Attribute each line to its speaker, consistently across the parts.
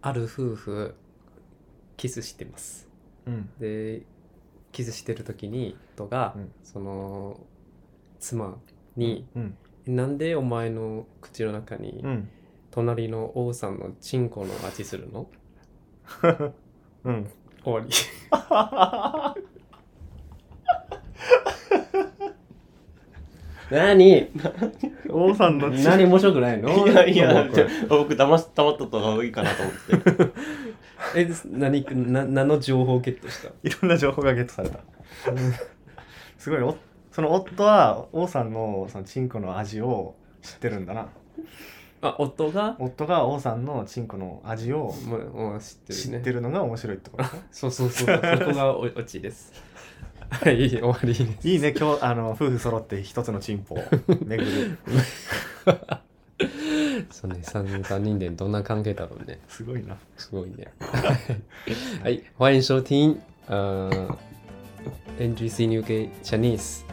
Speaker 1: ある夫婦キスしてます
Speaker 2: うん
Speaker 1: でキスしてる時に夫が、
Speaker 2: うん
Speaker 1: その妻に
Speaker 2: うん
Speaker 1: 「なんでお前の口の中に
Speaker 2: うん
Speaker 1: 隣の王さんのチンコの味するの?
Speaker 2: うん」
Speaker 1: 終わり 何
Speaker 2: 王さんのチ
Speaker 1: 何面白くないの
Speaker 3: いやいや、
Speaker 1: 僕
Speaker 3: じゃあ 僕、だまし、たまった方がいいかなと思って。
Speaker 1: え何な 何の情報をゲットした
Speaker 2: いろんな情報がゲットされ たすごいおその夫は王さんのそのチンコの味を知ってるんだな
Speaker 1: あ夫が
Speaker 2: 夫が王さんのチンコの味を
Speaker 1: もうもう知ってる
Speaker 2: 知
Speaker 1: ね
Speaker 2: ってるのが面白いってことね
Speaker 1: そうそうそうそうそこがおオチですはい終わりです
Speaker 2: いいね今日あの夫婦揃って一つのチンポを巡る
Speaker 1: そうね3三人でどんな関係だろうね
Speaker 2: すごいな
Speaker 1: すごいねはい欢迎收听呃 NGC New Gay Chinese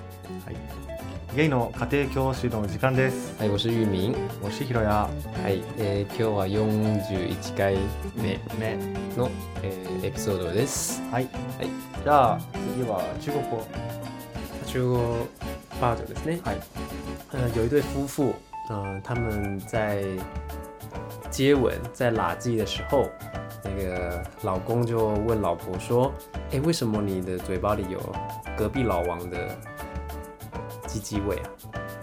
Speaker 2: ゲイの家庭教師の時間です
Speaker 1: はい我是玉明
Speaker 2: おしひろや
Speaker 1: はい、えー、今日は41回目
Speaker 2: ね
Speaker 1: の、えーエピソードです
Speaker 2: はい、
Speaker 1: はい、
Speaker 2: じゃあ次は中国語
Speaker 1: 中国バージョンですね
Speaker 2: はい
Speaker 1: 呃，有一对夫妇，呃，他们在接吻，在拉近的时候，那个老公就问老婆说：“哎，为什么你的嘴巴里有隔壁老王的鸡鸡味啊？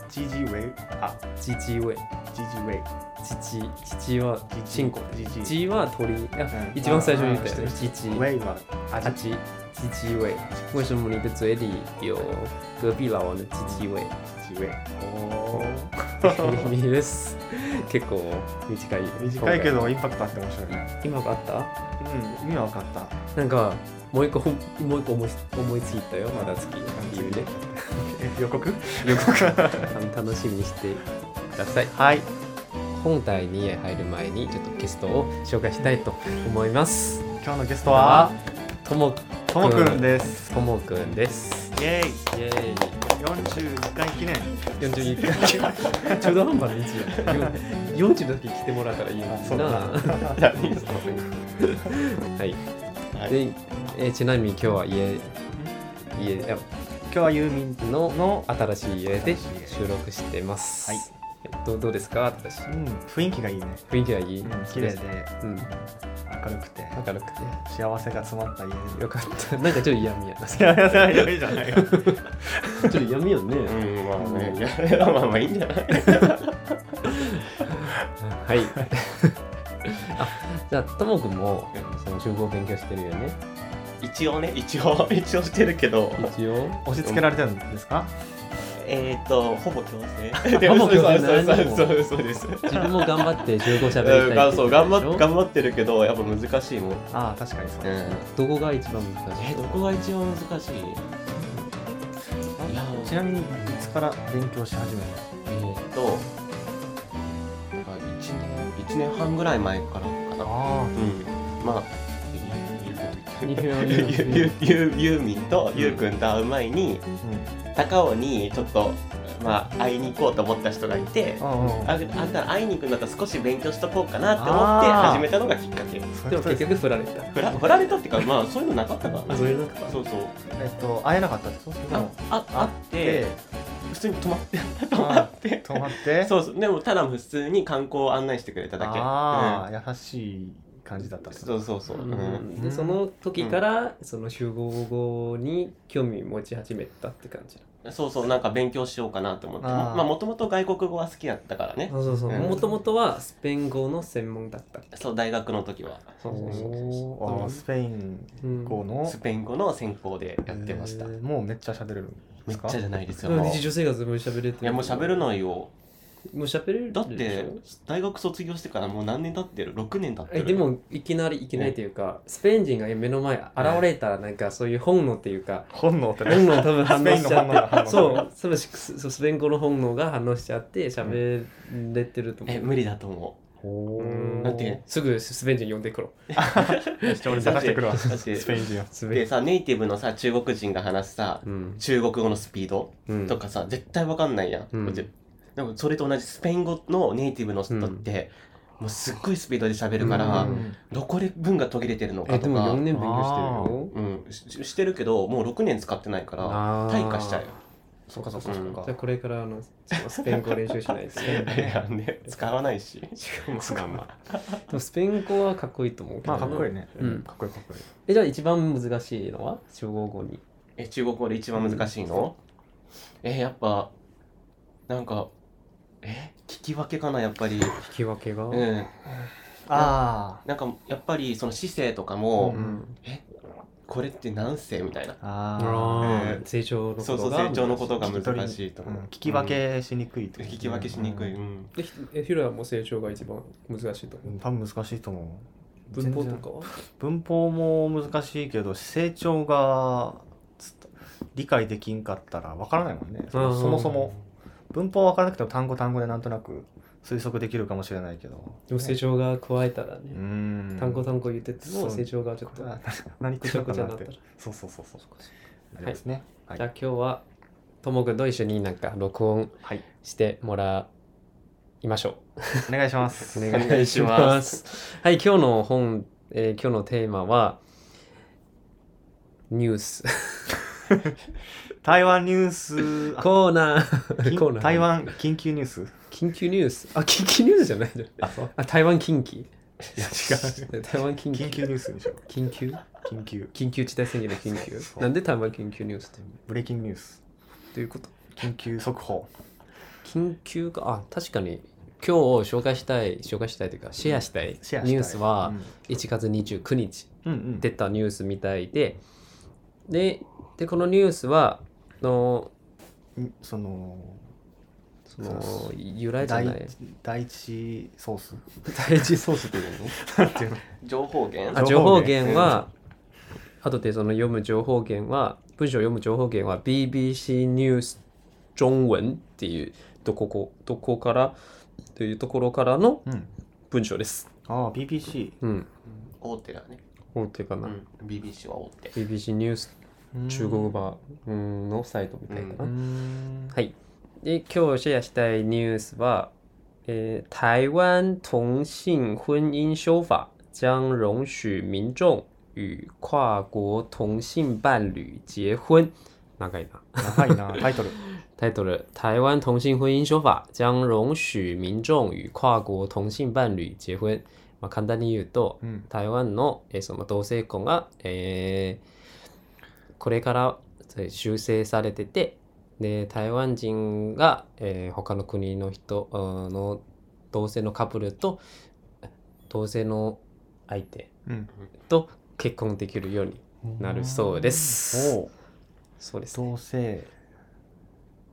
Speaker 2: ジジウェイあ
Speaker 1: 鸡鸡味，
Speaker 2: ジジウェイ
Speaker 1: 鸡鸡鸡鸡はチンコ、
Speaker 2: ジジ
Speaker 1: 鸡は鳥、あ
Speaker 2: うん
Speaker 1: 一番最初に言ったよ
Speaker 2: う
Speaker 1: ね
Speaker 2: ん
Speaker 1: 鸡鸡
Speaker 2: ウ。ェイは
Speaker 1: 阿
Speaker 2: 味
Speaker 1: 鸡鸡鸡味，为什么你的嘴里有隔壁老王的鸡鸡味？
Speaker 2: ジジウェイ
Speaker 1: いいです。結構短い。
Speaker 2: 短いけ
Speaker 1: 今
Speaker 2: どインパクトあって面白いね
Speaker 1: 回。今があった
Speaker 2: うん意味は分かった
Speaker 1: なんか、もう一個、ほんもう一個思い思いついたよ、まだ次。理由ね。
Speaker 2: え 予告
Speaker 1: よく楽しみにしてください。
Speaker 2: はい
Speaker 1: 本体に入る前に、ちょっとゲストを紹介したいと思います。
Speaker 2: 今日のゲストは
Speaker 1: とも、
Speaker 2: ともくんです
Speaker 1: ともくんです。
Speaker 2: イエーイ
Speaker 1: イェーイ。
Speaker 2: 42回 記念
Speaker 1: 41回。 中途半端な位置やな。40の時来てもらったらいいの
Speaker 2: あ
Speaker 1: に
Speaker 2: そうだ
Speaker 1: な。 はい。
Speaker 3: はい。
Speaker 1: で、えーちなみに今日は家家いや
Speaker 2: 今日はユーミン
Speaker 1: の
Speaker 2: の
Speaker 1: 新しい家で
Speaker 2: 新しい家
Speaker 1: 収録してます。
Speaker 2: はい
Speaker 1: えどうどうですか私
Speaker 2: うん雰囲気がいいね
Speaker 1: 雰囲気はいい。
Speaker 2: うん綺麗で
Speaker 1: うん。
Speaker 2: 明るくて
Speaker 1: 明るくて
Speaker 2: 幸せが詰まった家
Speaker 1: よかった。なん かちょっと嫌味やな。
Speaker 2: いやいやいやいいじゃないよ
Speaker 1: ちょっと嫌味よね
Speaker 3: うん、まあね。いや、まあまあいいんじゃない
Speaker 1: はい。 あ、じゃあともくんもその中国語勉強してるよね。
Speaker 3: 一応ね、一応、 一応してるけど、
Speaker 1: 一応。
Speaker 2: 押し付けられてるんですか
Speaker 3: えっと、 ほぼ強制。で
Speaker 1: ほぼ強制
Speaker 3: そうそうそう
Speaker 1: 何
Speaker 3: そうそうです。
Speaker 1: 自分も頑張って中国語喋りたいって言って
Speaker 3: うん
Speaker 1: たでしょ
Speaker 3: そう頑張っ頑張ってるけどやっぱ難しいもん、うん、
Speaker 2: ああ確かにそうです
Speaker 1: どこが一番難 しい？
Speaker 3: どこが一番難しいいや
Speaker 2: ちなみにいつから勉強し始めた
Speaker 1: えー
Speaker 3: となんか1年1年半ぐらい前からかな
Speaker 2: あ
Speaker 3: うんまあ
Speaker 1: 二
Speaker 3: ゆ
Speaker 1: 分
Speaker 3: ゆゆゆゆうみんとゆうくんと会う前に
Speaker 2: あ
Speaker 3: 高尾にちょっとまあ会いに行こうと思った人がいて
Speaker 2: うんうんうん
Speaker 3: ああんた会いに行くんだったら少し勉強しとこうかなって思って
Speaker 2: あー
Speaker 3: 始めたのがきっか
Speaker 2: そうい
Speaker 3: け
Speaker 1: で
Speaker 2: う
Speaker 1: も
Speaker 2: ことで
Speaker 1: 結
Speaker 2: す
Speaker 1: 局振られた。
Speaker 3: 振ら振られたっていうかまあそういうのなかったから
Speaker 1: そういうのなかった
Speaker 3: そうそう
Speaker 2: えっと会えなかったってこと
Speaker 3: あああって普通に泊まって泊まって
Speaker 2: 止まって
Speaker 3: そうそうでもただ普通に観光を案内してくれただけ
Speaker 2: ああ優しい感じだった
Speaker 3: うん
Speaker 2: です
Speaker 3: そうそうそう、うん
Speaker 1: でその時からその集合語に興味持ち始めたって感じ
Speaker 3: そうそうなんか勉強しようかなと思って
Speaker 2: あー
Speaker 3: まあもともと外国語は好きだったからね、
Speaker 1: そうそうそう
Speaker 3: うん
Speaker 1: もともとはスペイン語の専門だった
Speaker 3: そう大学の時は
Speaker 1: そうそうそう
Speaker 2: おーあースペイン
Speaker 1: うん
Speaker 2: 語の
Speaker 3: スペイン語の専攻でやってました、
Speaker 1: へー
Speaker 2: もうめっちゃ喋れるんで
Speaker 3: めっ
Speaker 2: す
Speaker 3: ち
Speaker 2: か
Speaker 3: ゃじゃないですよ、もう
Speaker 1: 日
Speaker 3: い
Speaker 1: 常生活も喋れて
Speaker 3: やもう喋るのよ
Speaker 1: もう喋れる
Speaker 3: だって大学卒業してからもう何年経ってる6年経って
Speaker 1: え
Speaker 3: る
Speaker 1: でもいきなりいきなりというかスペイン人が目の前現れたらなんかそういう本能っていうか
Speaker 2: 本能って
Speaker 1: 本能多分反応しち
Speaker 2: スペインの本能だ
Speaker 1: ゃっ
Speaker 2: 反
Speaker 1: て
Speaker 2: 応
Speaker 1: そうそのススペイン語の本能が反応しちゃって喋れてると思
Speaker 3: え
Speaker 1: う
Speaker 3: 無理だと思
Speaker 1: ほー
Speaker 3: だって
Speaker 1: すぐスペイン人呼んでくろ
Speaker 3: う
Speaker 2: 俺探してくるわ
Speaker 3: だって
Speaker 2: スペイン人を
Speaker 1: ス
Speaker 3: でさネイティブのさ中国人が話すさ
Speaker 1: うん
Speaker 3: 中国語のスピード
Speaker 1: うん
Speaker 3: とかさ絶対わかんないやん、
Speaker 1: うん
Speaker 3: こっちでもそれと同じスペイン語のネイティブの人って、もうすっごいスピードで喋るから、
Speaker 1: うん
Speaker 3: どこで文が途切れてるの
Speaker 1: え
Speaker 3: か
Speaker 1: で
Speaker 3: と
Speaker 1: も
Speaker 3: か
Speaker 1: 4、年勉強してるよ
Speaker 3: うん、ししてるけどもう6年使ってないから
Speaker 1: あー
Speaker 3: 退化しちゃうよ
Speaker 2: そっかそっかそっか
Speaker 1: じゃあこれからあのスペイン語練習しないと
Speaker 3: い やね使わないししかも
Speaker 1: まあまあでもスペイン語はかっこいいと思うけど
Speaker 2: まあ
Speaker 1: ね、
Speaker 2: かっこいいね、
Speaker 1: うん
Speaker 2: かっこいいかっこいい
Speaker 1: えじゃあ一番難しいのは中国語に
Speaker 3: え中国語で一番難しいの、えやっぱなんかえ聞き分けかなやっぱり
Speaker 1: 引き分けが、
Speaker 3: うん
Speaker 2: あ
Speaker 3: なんかやっぱりその姿勢とかも、
Speaker 1: うん
Speaker 3: これって何世みたいな
Speaker 2: ーあ
Speaker 1: あ
Speaker 3: え
Speaker 1: ー成長のこと
Speaker 3: そう
Speaker 1: が
Speaker 3: そう成長のこと
Speaker 2: あ
Speaker 3: が難しいと思う、
Speaker 2: 聞き分けしにくいってこ
Speaker 3: うん
Speaker 2: と
Speaker 3: 聞き分けしにくい、う、ん、
Speaker 4: でひえヒロヤも成長が一番難しいと
Speaker 2: う
Speaker 4: 思
Speaker 2: ん
Speaker 4: う。
Speaker 2: 多分難しいと思う
Speaker 4: 文法と
Speaker 2: 全然
Speaker 4: かは
Speaker 2: 文法も難しいけど成長がつ理解できんかったらわからないもんねそ
Speaker 1: うん
Speaker 2: そもそも文法わからなくても単語単語でなんとなく推測できるかもしれないけど
Speaker 1: でも成長が加えたら
Speaker 2: う
Speaker 1: ね、
Speaker 2: ん
Speaker 1: 単語単語言ってても
Speaker 2: そう
Speaker 1: 成長がちょっと、
Speaker 2: あ何言ってたか
Speaker 1: ぐちゃぐ
Speaker 2: なっ
Speaker 1: ちゃにな
Speaker 2: て
Speaker 1: った
Speaker 2: そうそうそうそうありますねはい
Speaker 1: じゃあ今日はともくんと一緒になんか録音
Speaker 2: はい
Speaker 1: してもらいましょ
Speaker 2: お願いします
Speaker 1: う。
Speaker 2: お
Speaker 1: お
Speaker 2: 願い
Speaker 1: 願いします。 はい、今日の本、えー今日のテーマは、ニュー ス。
Speaker 2: 台湾ニュースあ
Speaker 1: コーナ
Speaker 2: 緊
Speaker 1: ー。コーナー。
Speaker 2: 台。湾緊急ニュース
Speaker 1: 緊急ニュース。あ、緊急ニュースじゃないじゃん。
Speaker 2: あそう
Speaker 1: あ、台湾緊 急。
Speaker 2: いや違う
Speaker 1: 台湾緊急。
Speaker 2: 緊急ニュースでしょ
Speaker 1: 緊急
Speaker 2: 緊急
Speaker 1: 緊急事態宣言の緊急
Speaker 2: そう
Speaker 1: なんで台湾緊急ニュースって
Speaker 2: ブレイキングニュース
Speaker 1: ということ
Speaker 2: 緊急速報
Speaker 1: 緊急かあ確かに今日紹介したい紹介したいというかシェアしたいニ
Speaker 2: シ
Speaker 1: ュ
Speaker 2: ェアしたい
Speaker 1: ースは1月29日
Speaker 2: うんうん
Speaker 1: 出たニュースみたいでででこのニュースはの
Speaker 2: んその
Speaker 1: そ
Speaker 2: そ
Speaker 1: の由来じゃ
Speaker 2: 第
Speaker 1: ない
Speaker 2: 一第一ソー ス
Speaker 1: 第一ソースっていうの
Speaker 3: 情報源
Speaker 1: あ
Speaker 2: 情
Speaker 1: 情
Speaker 2: 報
Speaker 1: 報
Speaker 2: 源
Speaker 1: 源は、後でその読む情報源は、文章を読む情報源は BBC ニュース中文っていう、どここ、どこから、というところからの
Speaker 2: うん
Speaker 1: 文章です。
Speaker 2: ああ BBC
Speaker 1: うん。
Speaker 3: 大手だね、
Speaker 1: 大手か
Speaker 3: う
Speaker 1: な。
Speaker 3: ん、BBC は大手
Speaker 1: BBC ニュース中国版うんのサイトみたいかな。
Speaker 2: うーん
Speaker 1: はい。で、今日シェアしたいニュースは、えー台湾同性婚姻修法将容许民众与跨国同性伴侣结婚。長いな。
Speaker 2: 長いなタイトル
Speaker 1: タイトル、台湾同性婚姻修法将容许民众与跨国同性伴侣结婚。まあ、簡単に言うと、
Speaker 2: うん
Speaker 1: 台湾の,、えーその同性婚が、えーこれからえー修正されててで台湾人が、えー他の国の人あーの同性のカップルと同性の相手
Speaker 2: うん
Speaker 1: と結婚できるようになるそうです。
Speaker 2: おお
Speaker 1: そうですね、
Speaker 2: 同性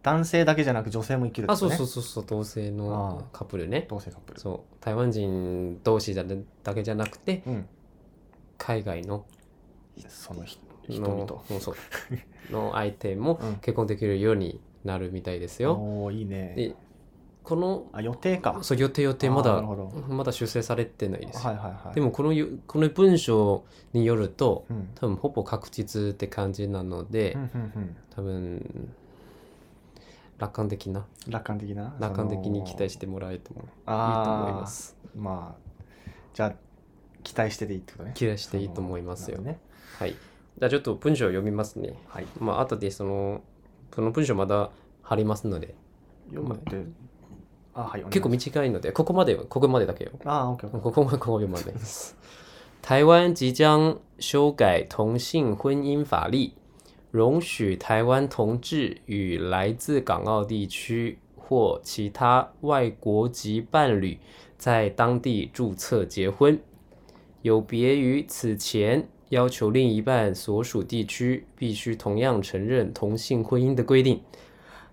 Speaker 2: 男性だけじゃなく女性も生きるって
Speaker 1: あ
Speaker 2: こ
Speaker 1: そ
Speaker 2: と
Speaker 1: う
Speaker 2: ね
Speaker 1: そうそうそう同性の
Speaker 2: あ
Speaker 1: カップルね。
Speaker 2: 同性カップル
Speaker 1: そう台湾人同士だだけじゃなくて
Speaker 2: うん
Speaker 1: 海外の
Speaker 2: その人人々
Speaker 1: のうんそうの相手も
Speaker 2: うん
Speaker 1: 結婚できるようになるみたいですよ。
Speaker 2: おおいいね
Speaker 1: でこの
Speaker 2: あ予定か
Speaker 1: そう予定予定
Speaker 2: あー
Speaker 1: ま
Speaker 2: な
Speaker 1: だ
Speaker 2: るほど
Speaker 1: まだ修正されてないですよ。
Speaker 2: はいはいはい
Speaker 1: でもこのよこの文章によると
Speaker 2: うん
Speaker 1: 多分ほぼ確実って感じなので、
Speaker 2: うんうんうん
Speaker 1: 多分楽観的な
Speaker 2: 楽観的な
Speaker 1: 楽観的に期待しててもらえてもいい
Speaker 2: いいと
Speaker 1: と思います。
Speaker 2: まあじゃあ期待してでいいってことね
Speaker 1: 期待していいと思いますよ
Speaker 2: そのなる
Speaker 1: はい。じゃあちょっと文章を読みますね。
Speaker 2: ほどねはい
Speaker 1: まあ後でそのその文章まだ貼りますので
Speaker 2: 読むってあはい
Speaker 1: 結構
Speaker 2: 見
Speaker 1: 短いのでここまでここまでだけよ
Speaker 2: ああオッケーオッケー
Speaker 1: ここまでここまで読まないです台湾即将修改同性婚姻法律容许台湾同志与来自港澳地区或其他外国籍伴侣在当地注册结婚，有别于此前要求另一半所属地区必须同样承认同性婚姻的规定。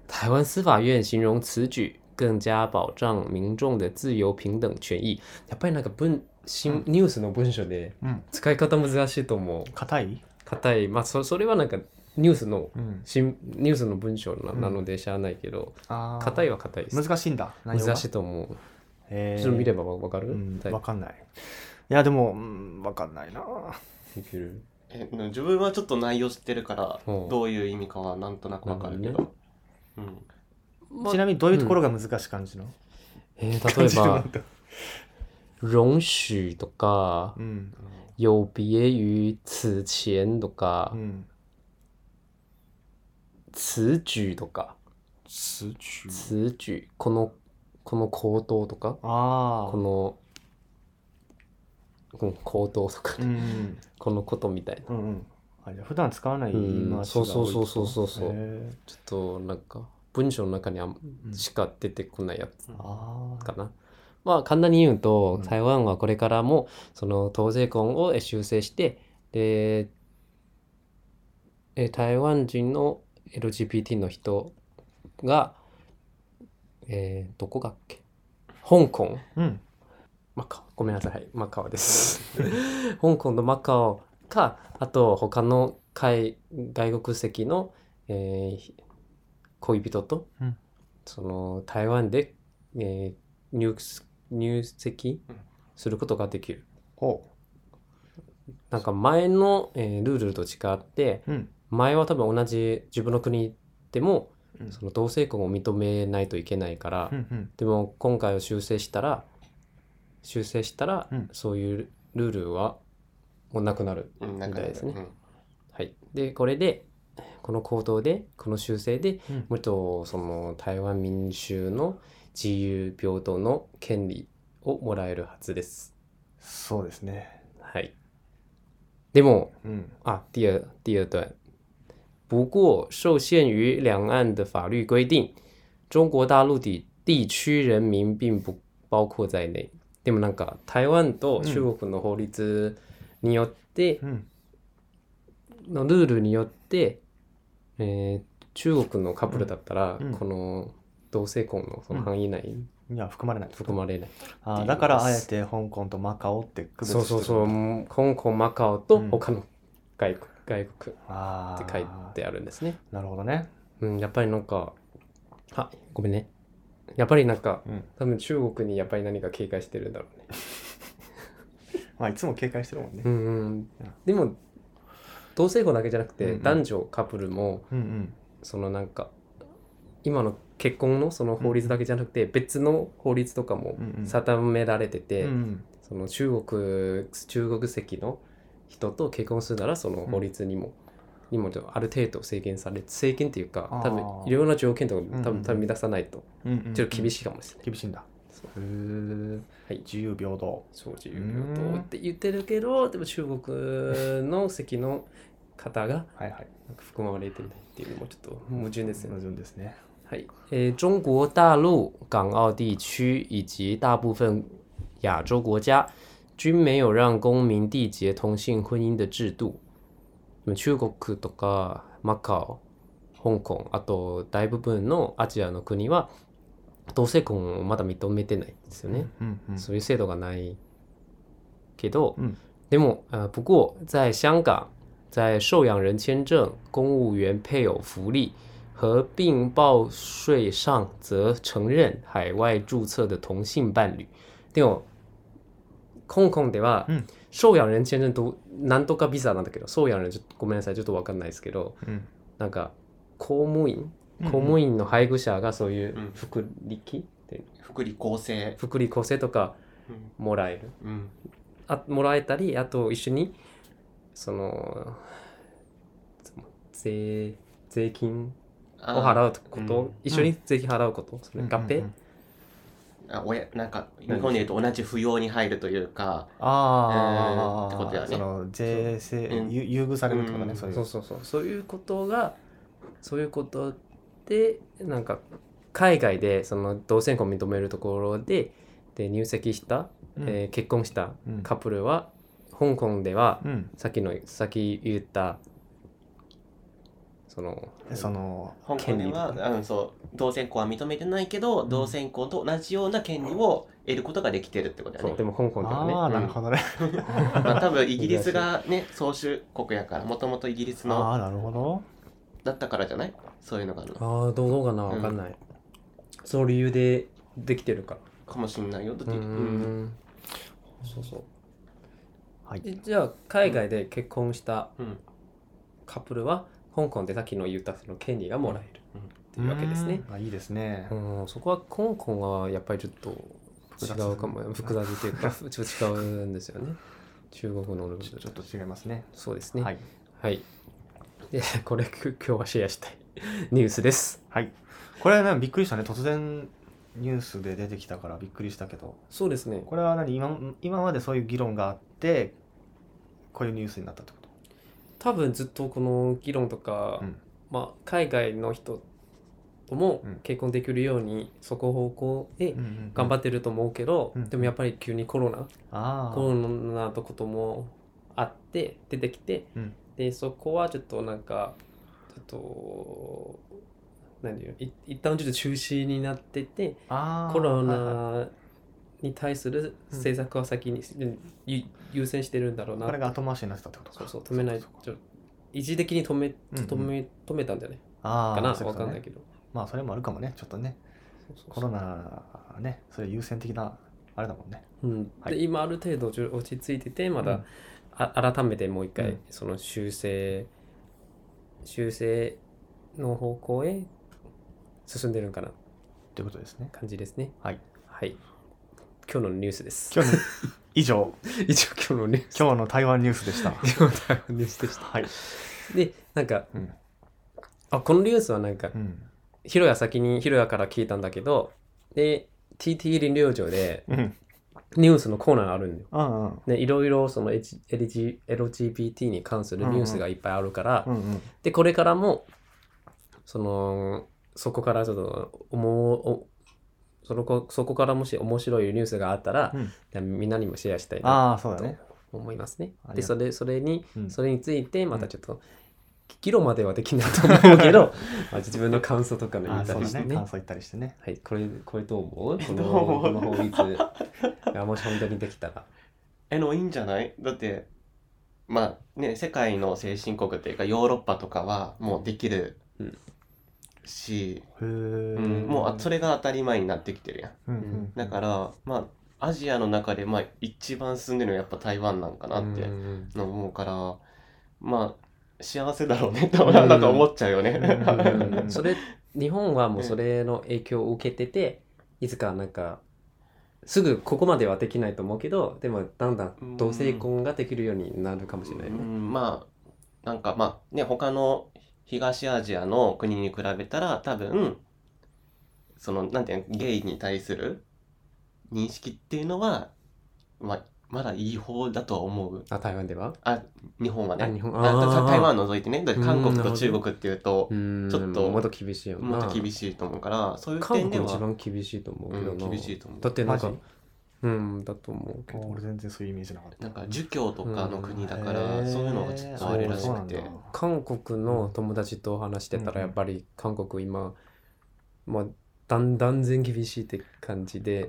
Speaker 1: 台湾司法院形容此举更加保障民众的自由平等权益。やっぱりなんか文新ニュースの文書で
Speaker 2: うん
Speaker 1: 使い方難しいと思う。
Speaker 2: 硬い
Speaker 1: 硬い。まあそそれはなんかニュースの
Speaker 2: うん
Speaker 1: 新ニュースの文章ななのでしゃあないけど、
Speaker 2: あー
Speaker 1: 硬いは硬いです。
Speaker 2: 難しいんだ内容が
Speaker 1: 難しいと思う。
Speaker 2: えー
Speaker 1: ちょっと見ればわわかる、
Speaker 2: うん
Speaker 1: タイ
Speaker 2: わかんないいやでもうんわかんないな
Speaker 1: プいける
Speaker 3: え自分はちょっと内容知ってるから
Speaker 1: うん
Speaker 3: どういう意味かはなんとなくわかるけど、うん、
Speaker 2: ちなみにどういうところが難しい感じの
Speaker 1: えー
Speaker 2: 感
Speaker 1: 例え
Speaker 2: じの
Speaker 1: ば
Speaker 2: なん、だ
Speaker 1: 容許とか
Speaker 2: うん
Speaker 1: 有別于此前とか
Speaker 2: うん
Speaker 1: 此举とか
Speaker 2: 数値
Speaker 1: 此举このこの行動とか
Speaker 2: あ
Speaker 1: こ
Speaker 2: あ
Speaker 1: のこの行動とか、
Speaker 2: うん
Speaker 1: このことみたいな
Speaker 2: うんうんあじゃあ普段使わない言い回しが多
Speaker 1: う
Speaker 2: い
Speaker 1: んそうそうそうそうそうそう
Speaker 2: へ
Speaker 1: ちょっとなんか文章の中にあん
Speaker 2: ーうん
Speaker 1: しか出てこないやつ
Speaker 2: あ
Speaker 1: かな。まあ簡単に言うと、
Speaker 2: うん
Speaker 1: 台湾はこれからもその同性婚を修正して、で、え台湾人の LGBT の人が、えーどこだっけ香港
Speaker 2: あうん
Speaker 1: マカオごめんなさい、マカオです。 香港のマカオか、あと他の海外国籍の、えー恋人と、
Speaker 2: うん
Speaker 1: その台湾で、えー入入籍
Speaker 3: うん
Speaker 1: することができる。
Speaker 2: お
Speaker 1: なんか前の、えールールと違って、
Speaker 2: うん
Speaker 1: 前は多分同じ自分の国でも
Speaker 2: うん
Speaker 1: その同性婚を認めないといけないから、
Speaker 2: うんうん
Speaker 1: でも今回を修正したら修正したら、
Speaker 2: うん
Speaker 1: そういうルールはもうなくなる。
Speaker 3: うん、なんか
Speaker 1: みたいですね
Speaker 3: うん
Speaker 1: はい、でこれでこの行動でこの修正で、
Speaker 2: うん
Speaker 1: もっとその台湾民衆の自由平等の権利をもらえるはずです。
Speaker 2: そうですね
Speaker 1: はい、でも
Speaker 2: うん
Speaker 1: 啊，第二第二段，不过受限于两岸的法律规定，中国大陆的地区人民并不包括在内。でもなんか台湾と中国の法律によって、
Speaker 2: うん
Speaker 1: のルールによって、えー中国のカップルだったら、
Speaker 2: うんうん
Speaker 1: この同性婚のその範囲内に
Speaker 2: には含まれない
Speaker 1: 含まれない。
Speaker 2: あーだからあえて香港とマカオって区別
Speaker 1: そうそうそう、
Speaker 2: う
Speaker 1: もう香港、マカオと
Speaker 2: うん
Speaker 1: 他の外国、外国
Speaker 2: ああ
Speaker 1: って書いてあるんですね。
Speaker 2: なるほどね
Speaker 1: うん、やっぱりなんか、あ、ごめんね。やっぱりなんか、
Speaker 2: うん
Speaker 1: 多分中国にやっぱり何か警戒してるんだろうね。
Speaker 2: まあいつも警戒してるもんね
Speaker 1: うんうん。でも、同性婚だけじゃなくて、
Speaker 2: うんうん
Speaker 1: 男女カップルも、
Speaker 2: うんうん
Speaker 1: そのなんか、今の結婚のその法律だけじゃなくて、別の法律とかも
Speaker 2: うんうん
Speaker 1: 定められてて、
Speaker 2: うん
Speaker 1: その中国、中国籍の人と結婚するなら、その法律にも、にもある程度制限され、制限っていうか、多
Speaker 2: あ
Speaker 1: 分
Speaker 2: ー
Speaker 1: いろんな条件とか
Speaker 2: うん
Speaker 1: 多分多分満たさないと。
Speaker 2: うん
Speaker 1: ちょっと厳
Speaker 2: しい
Speaker 1: しいかもしれない。
Speaker 2: 厳しいんだ
Speaker 1: そ
Speaker 2: へー
Speaker 1: はい、
Speaker 2: 自由平等
Speaker 1: そう自由平等って言ってるけど、でも中国の席の方が
Speaker 2: はいはい
Speaker 1: 含まれてないっていうのもちょっと矛盾ですよ
Speaker 2: 矛
Speaker 1: ね。
Speaker 2: 盾ですね
Speaker 1: はい、えー中国大陆、港澳地区以及大部分亚洲国家均没有让公民缔结同性婚姻的制度。でも中国とかマカオ、香港、あと大部分のアジアの国は同性婚をまだ認めてないんですよね。
Speaker 2: うんうん
Speaker 1: そういう制度がないけど、
Speaker 2: うん
Speaker 1: でも、呃，不过在香港，在受养人签证、公务员配偶福利和并报税上，则承认海外注册的同性伴侣。でも、香港では、
Speaker 2: うん
Speaker 1: 受養人签证となんとかビザなんだけど、受養人ちょっとごめんなさい、ちょっとわかんないですけど、
Speaker 2: うん
Speaker 1: なんか公務員、
Speaker 2: うんうん
Speaker 1: 公務員の配偶者がそういう
Speaker 3: うん
Speaker 1: 福利金っていうの、
Speaker 3: 福利厚生、
Speaker 1: 福利厚生とか
Speaker 3: うん
Speaker 1: もらえる。
Speaker 3: うん
Speaker 1: あもらえたりあと一緒にその税税金を
Speaker 3: あ
Speaker 1: 払うこと、
Speaker 3: うん
Speaker 1: 一緒に税金払うこと、それ合併、
Speaker 2: うんうんうん
Speaker 3: あおやなんか日本でいうと同じ扶養に入るというか、
Speaker 2: ああ、
Speaker 3: えーってことだよね
Speaker 2: その税制、
Speaker 3: うん
Speaker 2: ゆ優遇されるってことね、
Speaker 3: うん
Speaker 2: そういう
Speaker 1: そうそうそうそういうことがそういうことでなんか海外でその同性婚を認めるところでで入籍した、
Speaker 2: うん
Speaker 1: えー結婚した
Speaker 2: うん
Speaker 1: カップルは、香港では
Speaker 2: うん
Speaker 1: さっきのさっき言ったその
Speaker 2: でその
Speaker 3: 香港では、うん、そう同性婚は認めてないけど、同性婚と同じような権利を得ることができてるってことだ
Speaker 1: そう
Speaker 3: よ
Speaker 1: で
Speaker 3: ね。
Speaker 1: も香港ではね
Speaker 2: ああなるほどね、
Speaker 3: まあ、多分イギリスが ね宗主国やからもともとイギリス
Speaker 2: あ
Speaker 3: の
Speaker 2: あなるほど
Speaker 3: だったからじゃないそういうのがあるの
Speaker 1: ああどうどうかなわかんない、その理由でできてるか
Speaker 3: かもしれないよ。だって
Speaker 1: ら
Speaker 3: うん
Speaker 1: そうそう
Speaker 2: はい
Speaker 1: えじゃあ海外で結婚した
Speaker 3: うん
Speaker 1: カップルは香港でさっきの言ったその権利がもらえるっていうわけですね
Speaker 2: うんあいいですね
Speaker 1: う、んそこは香港はやっぱりちょっと
Speaker 2: 複雑
Speaker 1: 違うかも複雑っていうか ちょっと違うんですよね中国のル
Speaker 2: ち
Speaker 1: ー
Speaker 2: ょちょ
Speaker 1: ル
Speaker 2: っと違いますね
Speaker 1: そうですね
Speaker 2: は
Speaker 1: はい、
Speaker 2: い
Speaker 1: でこれく今日はシェアしたいニュースです
Speaker 2: はいこれはねびっくりしたね突然ニュースで出てきたからびっくりしたけど
Speaker 1: そうですね
Speaker 2: これは何今今までそういう議論があってこういうニュースになったってこと
Speaker 1: 多分ずっとこの議論とか、
Speaker 2: うん
Speaker 1: まあ、海外の人とも
Speaker 2: うん
Speaker 1: 結婚できるようにそこ方向で頑張
Speaker 2: って
Speaker 1: ってると思うけど、
Speaker 2: うん
Speaker 1: でもやっぱり急にコロナ、
Speaker 2: あ
Speaker 1: コ
Speaker 2: あ
Speaker 1: ロナとこともあって出てきて、
Speaker 2: うん
Speaker 1: でそこはちょっとなんかちょっと何て言うい一旦ちょっと中止になってて
Speaker 2: あー
Speaker 1: コロ
Speaker 2: はいはい
Speaker 1: ナに対する
Speaker 2: うん
Speaker 1: 政策は先に、ゆ優先してるんだろうな
Speaker 2: これが後回しになってたってことか
Speaker 1: そうそう止めない
Speaker 2: そうかそうか
Speaker 1: ちょ一時的に止め
Speaker 2: うんうん
Speaker 1: 止め止めたんじゃない
Speaker 2: ああ
Speaker 1: かな
Speaker 2: そうい
Speaker 1: わ
Speaker 2: うこと
Speaker 1: か
Speaker 2: ね
Speaker 1: んないけど
Speaker 2: まあそれもあるかもねちょっとね
Speaker 1: そうそうそう
Speaker 2: コロナねそれ優先的なあれだもんね
Speaker 1: うん
Speaker 2: は
Speaker 1: で
Speaker 2: い
Speaker 1: 今ある程度じゅ落ち着いててま
Speaker 2: う
Speaker 1: だ
Speaker 2: ん
Speaker 1: あ改めてもう一
Speaker 2: う
Speaker 1: 回
Speaker 2: ん
Speaker 1: その修正修正の方向へ進んでるんかな
Speaker 2: ということですね
Speaker 1: 感じですね
Speaker 2: はい
Speaker 1: はい今日のニュースです
Speaker 2: 今日の以 上
Speaker 1: 一応今日のニュース
Speaker 2: 今日の台湾ニュースでした
Speaker 1: 今日の台湾ニュースでした
Speaker 2: はい
Speaker 1: でなんか
Speaker 2: うん
Speaker 1: あこのニュースはなんか
Speaker 2: うん
Speaker 1: ヒロヤ先にヒロヤから聞いたんだけどで TT 林領場で
Speaker 2: うん
Speaker 1: ニュースのコーナーがあるんだよ
Speaker 2: うんうん
Speaker 1: ね、いろいろその H- LG LGBT に関するニュースがいっぱいあるから、
Speaker 2: うんうん
Speaker 1: でこれからもそのそこからちょっとおもおそのこそこからもし面白いニュースがあったら、
Speaker 2: うん
Speaker 1: じゃあみんなにもシェアしたいな
Speaker 2: ああそうだね
Speaker 1: と思いますね。
Speaker 2: あり
Speaker 1: で
Speaker 2: がと
Speaker 1: それそれに、
Speaker 2: うん
Speaker 1: それについてまたちょっと、議論まではできないと思うけ どまあ自分の感想とかの
Speaker 2: あ
Speaker 1: 言
Speaker 2: あ
Speaker 1: った
Speaker 2: そう
Speaker 1: り
Speaker 2: だ
Speaker 1: して
Speaker 2: ね
Speaker 1: ね。
Speaker 2: 感想言ったりしてね
Speaker 1: はい、これこれどう思 うこの
Speaker 3: どう思う
Speaker 1: この法律がもし本当にできたら。
Speaker 3: えのいいんじゃないだってまあね世界の先進国っていうかヨーロッパとかはもうできる
Speaker 1: うん
Speaker 3: し、
Speaker 2: へえ
Speaker 3: うんもうあそれが当たり前になってきてるやん
Speaker 2: うんうん
Speaker 3: だからまあアジアの中でまあ一番進んでるのはやっぱ台湾なんかなって
Speaker 1: うん
Speaker 3: の思うから、まあ幸せだろうねとなんか思っちゃうよね、
Speaker 2: うん
Speaker 1: うんそれ日本はもうそれの影響を受けてて、いつかなんかすぐここまではできないと思うけどでもだんだん同性婚ができるようになるかもしれない、
Speaker 3: う
Speaker 1: ね
Speaker 3: ん、まあなんかまあね他の東アジアの国に比べたら多分そのなんていうのゲイに対する認識っていうのは、まあ、まだいい方だとは思う
Speaker 1: あ台湾では
Speaker 3: あ日本は
Speaker 1: あ
Speaker 3: ね
Speaker 1: 日本
Speaker 3: あた
Speaker 1: あー
Speaker 3: 台湾除いてねだって韓
Speaker 1: うん
Speaker 3: 国
Speaker 1: なる
Speaker 3: と
Speaker 1: ほど
Speaker 3: 中国っていうと
Speaker 1: うん
Speaker 3: ちょっと
Speaker 1: もっと厳しいよな
Speaker 3: もっと厳しいと思うからそういう
Speaker 1: 韓
Speaker 3: 点で
Speaker 1: 国一
Speaker 3: は、
Speaker 1: 番厳しいと思うけどな、
Speaker 3: うん厳しいと思う
Speaker 1: だってなんか
Speaker 2: マジ
Speaker 1: うんだと思うけど
Speaker 2: 俺全然そういうイメージなかった
Speaker 3: なんか儒教とかの国だから、
Speaker 2: うん
Speaker 3: そういうのがちょっとあれらしくて
Speaker 2: へーそうなんだ
Speaker 1: 韓国の友達と話してたら
Speaker 2: うん
Speaker 1: やっぱり韓国今、まあ、だんだん全厳しいって感じで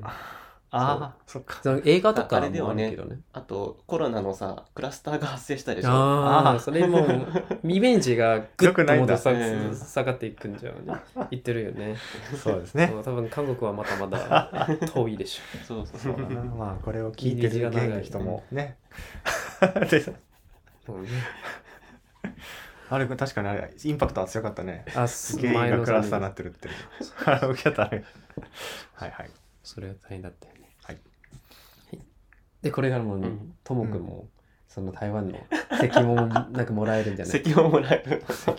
Speaker 2: ああそっ か
Speaker 1: その映画とか
Speaker 3: ああれで
Speaker 1: もあ
Speaker 3: はね
Speaker 1: るけどね
Speaker 3: あとコロナのさクラスターが発生したでしょ
Speaker 1: あ
Speaker 2: あ
Speaker 1: あ、
Speaker 2: ー
Speaker 1: それもう、イメージがぐっ
Speaker 2: よ
Speaker 1: と
Speaker 2: くない
Speaker 1: も
Speaker 2: ん
Speaker 1: っと
Speaker 2: だ
Speaker 1: 下
Speaker 3: うん
Speaker 1: 下がっていくんじゃんね。言ってるよね。
Speaker 2: そうですね
Speaker 1: そう多分韓国はまだまだ遠いでしょ。
Speaker 3: そうそうそ
Speaker 2: そうだ
Speaker 3: う
Speaker 2: なまあこれを聞いてるゲイの人もね で
Speaker 1: うん
Speaker 2: あれ確かにあれインパクトは強かった ね
Speaker 1: あ、す
Speaker 2: ゲイがクラス
Speaker 1: さ
Speaker 2: ターになってるってあれ受けたね はいはい
Speaker 1: それは大変だったよね。
Speaker 2: はい
Speaker 1: はい。で、これからも
Speaker 3: ん、
Speaker 1: ともくんも、その台湾の席もなんかもらえるんじゃない
Speaker 3: 席をもらえる
Speaker 1: そ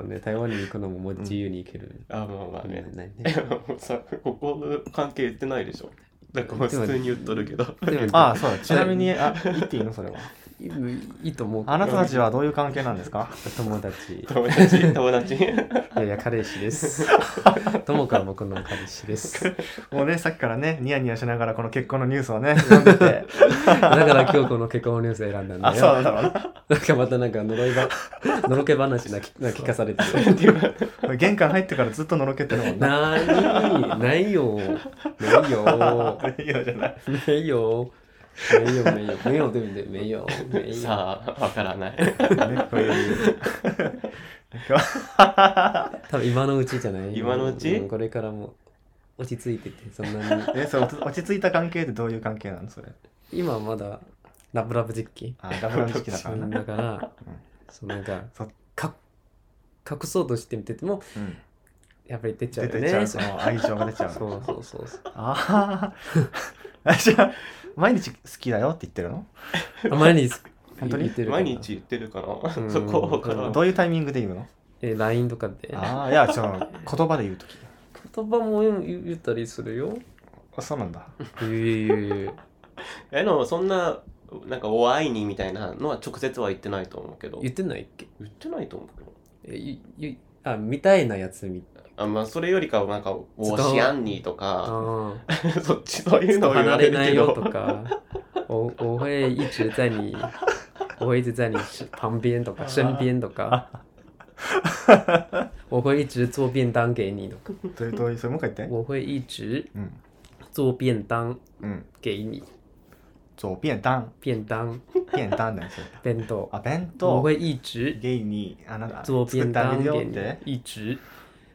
Speaker 1: うね、台湾に行くのももう自由に行ける。
Speaker 3: あまあまあね
Speaker 1: うんない
Speaker 3: え
Speaker 1: ね
Speaker 3: もうさここ関係言ってないでしょだからもう普通に言っとるけど
Speaker 1: でも
Speaker 2: ああそうだちなみにあ言っていいのそれ はい
Speaker 1: いいいと思うけど。
Speaker 2: あなたたちはどういう関係なんですか
Speaker 1: 友達。
Speaker 3: 友達友達
Speaker 1: いやいや、彼氏です。ともくんは僕の彼氏です。
Speaker 2: もうねさっきからねニヤニヤしながらこの結婚のニュースをね 読んでて
Speaker 1: だから今日この結婚のニュース選んだん
Speaker 2: あ
Speaker 1: だ
Speaker 2: そう
Speaker 1: よ。
Speaker 2: だか
Speaker 1: なんかまたなんか呪いば、のろけ話なきな聞かされてる。
Speaker 2: ら玄関入ってからずっとのろけてるもん な
Speaker 1: なーにないよ。ないよ。
Speaker 2: いやじゃない
Speaker 1: ないよ。ないよ、ないよ。ないよ、对不对？没有、没有。
Speaker 3: さあわからない
Speaker 2: ねこういう
Speaker 1: 多分今のうちじゃない
Speaker 3: 今のうち
Speaker 1: んこれからも落ち着いてて、そんなに。
Speaker 2: えそれ落ち落ち着いた関係ってどういう関係なのそれ
Speaker 1: 今まだラブラブ実機
Speaker 2: あダブルの時期だから な
Speaker 1: だから
Speaker 2: うん、
Speaker 1: そうなんか
Speaker 2: そ、
Speaker 1: か隠そうとしてみてても、
Speaker 2: うん
Speaker 1: いやっぱり出ちゃう
Speaker 2: 出
Speaker 1: よね。
Speaker 2: てち
Speaker 1: そ
Speaker 2: ゃうそうの愛情が出ちゃう
Speaker 1: そうそうそうそう。
Speaker 2: あ あじゃあ毎日好きだよって言ってるの
Speaker 1: あ毎日
Speaker 2: 本当に
Speaker 1: 言ってるかな
Speaker 3: 毎日言ってるか
Speaker 1: う
Speaker 3: な
Speaker 1: ん
Speaker 3: そこから
Speaker 1: ん
Speaker 2: どういうタイミングで言うの
Speaker 1: え LINE とかで
Speaker 2: ああいやその言葉で言うとき
Speaker 1: 言葉も言言ったりするよ。
Speaker 2: あそうなんだ
Speaker 1: 言う言う言う
Speaker 3: えのそんななんか「お会いに」みたいなのは直接は言ってないと思うけど
Speaker 1: 言ってないっけ
Speaker 3: 言ってないと思うけど
Speaker 1: えゆゆあみたいなやつみ
Speaker 3: あまあそれよりかはなんか「
Speaker 1: ずっ
Speaker 3: お
Speaker 1: と
Speaker 3: しあんに」とか
Speaker 1: あ
Speaker 3: そっちそうい
Speaker 1: ー
Speaker 3: うのは言
Speaker 1: 離
Speaker 3: わ
Speaker 1: れ
Speaker 3: れる
Speaker 1: な
Speaker 3: け
Speaker 1: いよと
Speaker 3: ど
Speaker 1: か我我会一直在你我会一直在你旁边とか身边とか我会一直做便当给你とか
Speaker 2: どういうどういうそれもう一回言って
Speaker 1: 我会一直
Speaker 2: うん
Speaker 1: 做便当
Speaker 2: うん
Speaker 1: 给你
Speaker 2: そう便当
Speaker 1: 便当
Speaker 2: 便当だよそれ
Speaker 1: 弁当
Speaker 2: あ弁
Speaker 1: 我
Speaker 2: 当
Speaker 1: 会一直
Speaker 2: ゲイにあなた
Speaker 1: 做
Speaker 2: 作っ
Speaker 1: 便
Speaker 2: てあ
Speaker 1: 当
Speaker 2: げるよ
Speaker 1: 给
Speaker 2: っ
Speaker 1: 你
Speaker 2: て
Speaker 1: 一直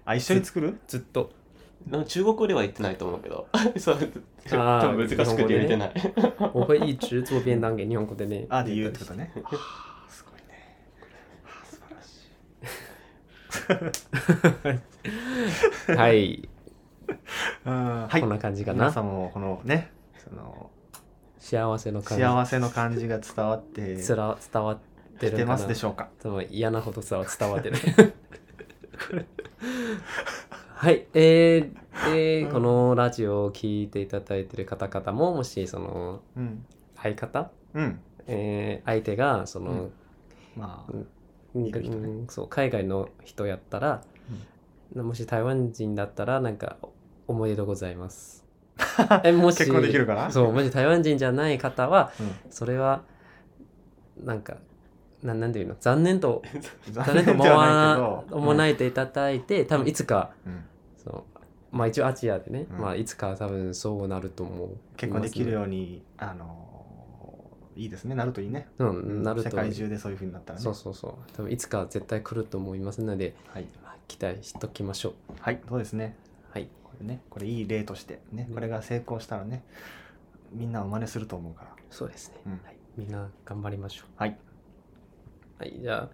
Speaker 2: あ一緒に作る
Speaker 1: ずっと
Speaker 3: なんか中国語では言ってないと思うけど そうちょ
Speaker 1: あ
Speaker 3: っ
Speaker 1: ー
Speaker 3: と難しくて言えてない、
Speaker 1: 我会一直做便当给日本語でね
Speaker 2: あで言うってことねすごいね
Speaker 1: はい
Speaker 2: うんは
Speaker 1: こん
Speaker 2: い
Speaker 1: な感じか
Speaker 2: 皆
Speaker 1: な
Speaker 2: さんもこのねその
Speaker 1: 幸せの感じ
Speaker 2: 幸せの感じが伝わって
Speaker 1: つら伝わってる
Speaker 2: きて
Speaker 1: か
Speaker 2: ま
Speaker 1: な
Speaker 2: すでしょうか
Speaker 1: その嫌なことさは伝わってる はいえーえーこのラジオを聞いていただいてる方々ももしその
Speaker 2: うん
Speaker 1: 相方、
Speaker 2: うん
Speaker 1: えー相手がその、
Speaker 2: まあ
Speaker 1: うん
Speaker 2: いる人ね
Speaker 1: うんそう海外の人やったら、もし台湾人だったらなんかおめでとうございます えも
Speaker 2: 結婚できるかな
Speaker 1: そうもし台湾人じゃない方は
Speaker 2: う
Speaker 1: それはなんかななんていうの残念と
Speaker 2: ん
Speaker 1: 残念と思
Speaker 2: では
Speaker 1: わ
Speaker 2: けど
Speaker 1: 思わないでいただいて、多分いつか
Speaker 2: うんうん
Speaker 1: そのまあ一応アジアでね、
Speaker 2: うん
Speaker 1: まあいつか多分そうなると思う
Speaker 2: 結婚できる
Speaker 1: よ
Speaker 2: ようにあのいいですねなるといいね
Speaker 1: うんなる
Speaker 2: 世
Speaker 1: と
Speaker 2: 界中でそういうふうになったらね
Speaker 1: そうそうそう多分いつか絶対来ると思いますので
Speaker 2: はい
Speaker 1: 期待しときましょう
Speaker 2: はいそうですね
Speaker 1: はい
Speaker 2: これねこれいい例としてね
Speaker 1: ね
Speaker 2: これが成功したらねみんなを真似すると思うから
Speaker 1: そうですね、
Speaker 2: うん
Speaker 1: はい、みんな頑張りましょう
Speaker 2: はい
Speaker 1: はいじゃあ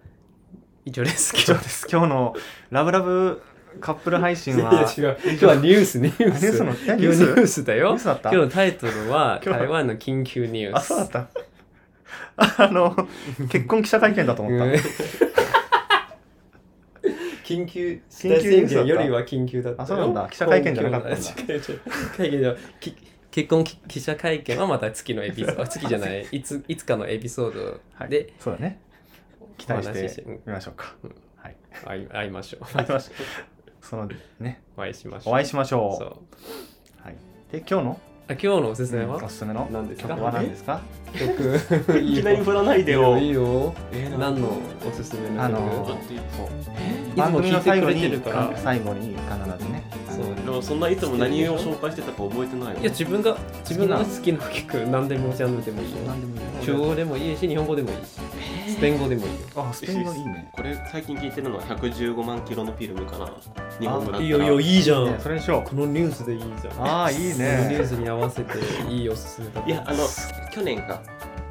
Speaker 1: 以上です
Speaker 2: 以上です今日のラブラブカップル配信は
Speaker 1: いや違う今日はニュースニュー
Speaker 2: あ
Speaker 1: ス
Speaker 2: ニュースのえ
Speaker 1: 今日
Speaker 2: ニュース
Speaker 1: ニュースだよ
Speaker 2: ニュースだった
Speaker 1: 今日のタイトルは
Speaker 2: 今日は
Speaker 1: 台湾の緊急ニュース
Speaker 2: あそうだった あの結婚記者会見だと思った、
Speaker 1: 緊急
Speaker 2: 緊急ニュースだった
Speaker 1: よりは緊急だったよ
Speaker 2: あそうなんだ記者会見じゃなかったんだ
Speaker 1: 緊急だ違う違う会見じゃ き結婚き記者会見はまた月のエピソー ドあ月じゃないいついつかのエピソードで
Speaker 2: そうだね期待し
Speaker 1: お話ししててうん
Speaker 2: みましょうか、
Speaker 1: うん
Speaker 2: はい
Speaker 1: 会い会いましょう
Speaker 2: ありましたそのね
Speaker 1: お会いしましょう
Speaker 2: お会いしましょ
Speaker 1: そうう
Speaker 2: はい、で今日の
Speaker 1: あ今日のおすすめは
Speaker 2: おすすめの
Speaker 1: 何ですか
Speaker 2: 曲は何ですか
Speaker 1: 曲
Speaker 3: いきなり振らないでよ
Speaker 1: いいよ
Speaker 3: えーな
Speaker 1: 何
Speaker 3: んか
Speaker 1: のおすすめの曲
Speaker 2: あの
Speaker 3: ちょっといい
Speaker 2: そう
Speaker 1: いつ
Speaker 2: 番
Speaker 1: も聞
Speaker 2: 組
Speaker 1: い
Speaker 2: の
Speaker 1: てく
Speaker 2: 最後
Speaker 1: れて
Speaker 2: に
Speaker 1: るから
Speaker 2: 最後に必ずね
Speaker 1: そう
Speaker 3: でもそんないつも何を紹介してたか覚えてないよ
Speaker 1: いや自分が自分が好きな曲何でもジャンルでもいいよ
Speaker 2: 何でもいい
Speaker 1: 中
Speaker 2: よ
Speaker 1: 国でもいいし日本語でもいいしスペイン語でもいいよ
Speaker 2: あスペイン語いいね
Speaker 3: これ最近聞いてるのは115万キロのフィルムかな日本語だったら
Speaker 1: いいよいいよいいじゃん
Speaker 2: ねそれにしよ
Speaker 1: このニュースでいいじゃん
Speaker 2: うああいい
Speaker 1: このニュー
Speaker 2: ね
Speaker 1: スに合わせていいおすすめだ
Speaker 3: いやあの去年か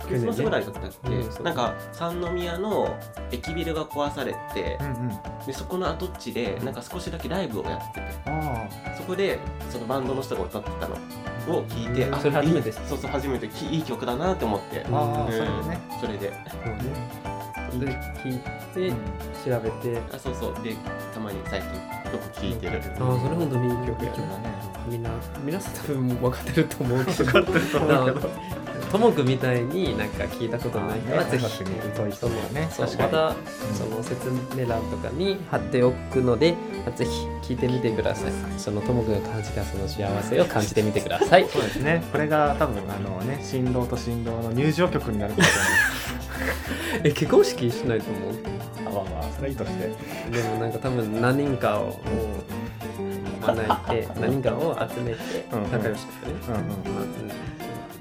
Speaker 3: クリスマスぐらいだったっけ、
Speaker 1: うんそう
Speaker 3: なんか三宮の駅ビルが壊されて
Speaker 2: うんうん
Speaker 3: でそこの跡地でなんか少しだけライブをやって
Speaker 2: あ
Speaker 3: てそこでそのバンドの人が歌ってたのを聞いて、
Speaker 1: うんそれ初めて
Speaker 3: いいそうそう初めてきいい曲だなって思って、
Speaker 2: あああ
Speaker 1: う
Speaker 2: そ
Speaker 1: ん
Speaker 2: れでね
Speaker 3: それで
Speaker 1: で聞いて調べて
Speaker 3: あそうそうでたまに最近よく聞いてる
Speaker 1: ああそれ本当にいい曲
Speaker 2: いい
Speaker 1: や
Speaker 2: 曲だ
Speaker 1: ね
Speaker 2: ね
Speaker 1: みんな皆さん多分分かってると思うけ
Speaker 2: 分
Speaker 1: ど
Speaker 2: かってると思うけど
Speaker 1: ともくみたいになんか聞いたことないから
Speaker 2: あー
Speaker 1: ぜ
Speaker 2: ね
Speaker 1: ひ
Speaker 2: 音楽に疎い人にはね
Speaker 1: そう
Speaker 2: 確か
Speaker 1: ま
Speaker 2: に
Speaker 1: たその説明欄とかに貼っておくのでまあぜひ聞いてみてくださいそのともくんが感じたその幸せを感じてみてください
Speaker 2: そうですねこれが多分あのね新郎と新郎の入場曲になること
Speaker 1: え結婚式しないと思う
Speaker 2: にあまあまあそれはいいとして
Speaker 1: でもなんか多分何人かを招いて何人かを集めて
Speaker 2: うんうん
Speaker 1: 仲良しとかね、
Speaker 2: うんうん
Speaker 1: ま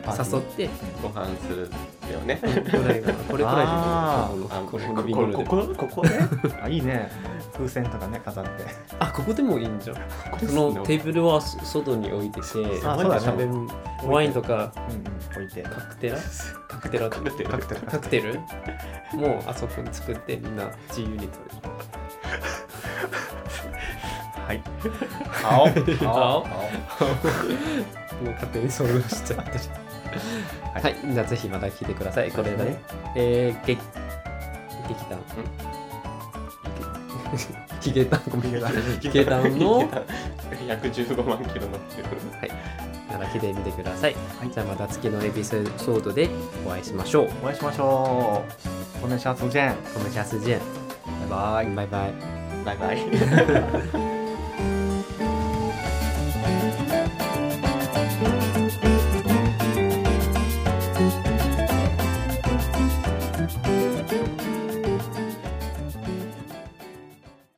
Speaker 2: パー
Speaker 1: あ
Speaker 2: ティ
Speaker 1: うん
Speaker 2: ー
Speaker 1: 誘って
Speaker 3: ご飯するよね
Speaker 1: これぐらいこれくらい
Speaker 2: あ
Speaker 1: でも
Speaker 3: あ
Speaker 1: この
Speaker 3: これ
Speaker 1: このビニール
Speaker 3: こ
Speaker 1: で
Speaker 3: こここね
Speaker 2: あいいね風船とかね飾って
Speaker 1: あここでもいいんじゃんこ
Speaker 3: れ
Speaker 1: のテーブルはそ外に置いてて
Speaker 2: あ
Speaker 1: なんかしゃべるワインとか
Speaker 2: うんうん置いて
Speaker 1: カクテラカクテラ
Speaker 3: 食べてる
Speaker 2: カクテル
Speaker 1: カクテルもうあそこに作ってみんな自由に取る
Speaker 2: ははい
Speaker 3: 顔
Speaker 1: 顔
Speaker 3: 顔
Speaker 1: もう勝手に想像しちゃってるはい、じゃあぜひまた聞いてくださいこれだねえー、劇劇団ヒゲダンごめんなさいヒゲダンの
Speaker 3: 115万キロ乗ってる
Speaker 1: また聞いてみてください、じゃあまた次のエピソードでお会いしましょう
Speaker 2: お会いしましょうお願いしますジェン
Speaker 1: 我们下次见
Speaker 2: バイバイ
Speaker 1: 拜拜
Speaker 3: バイバイ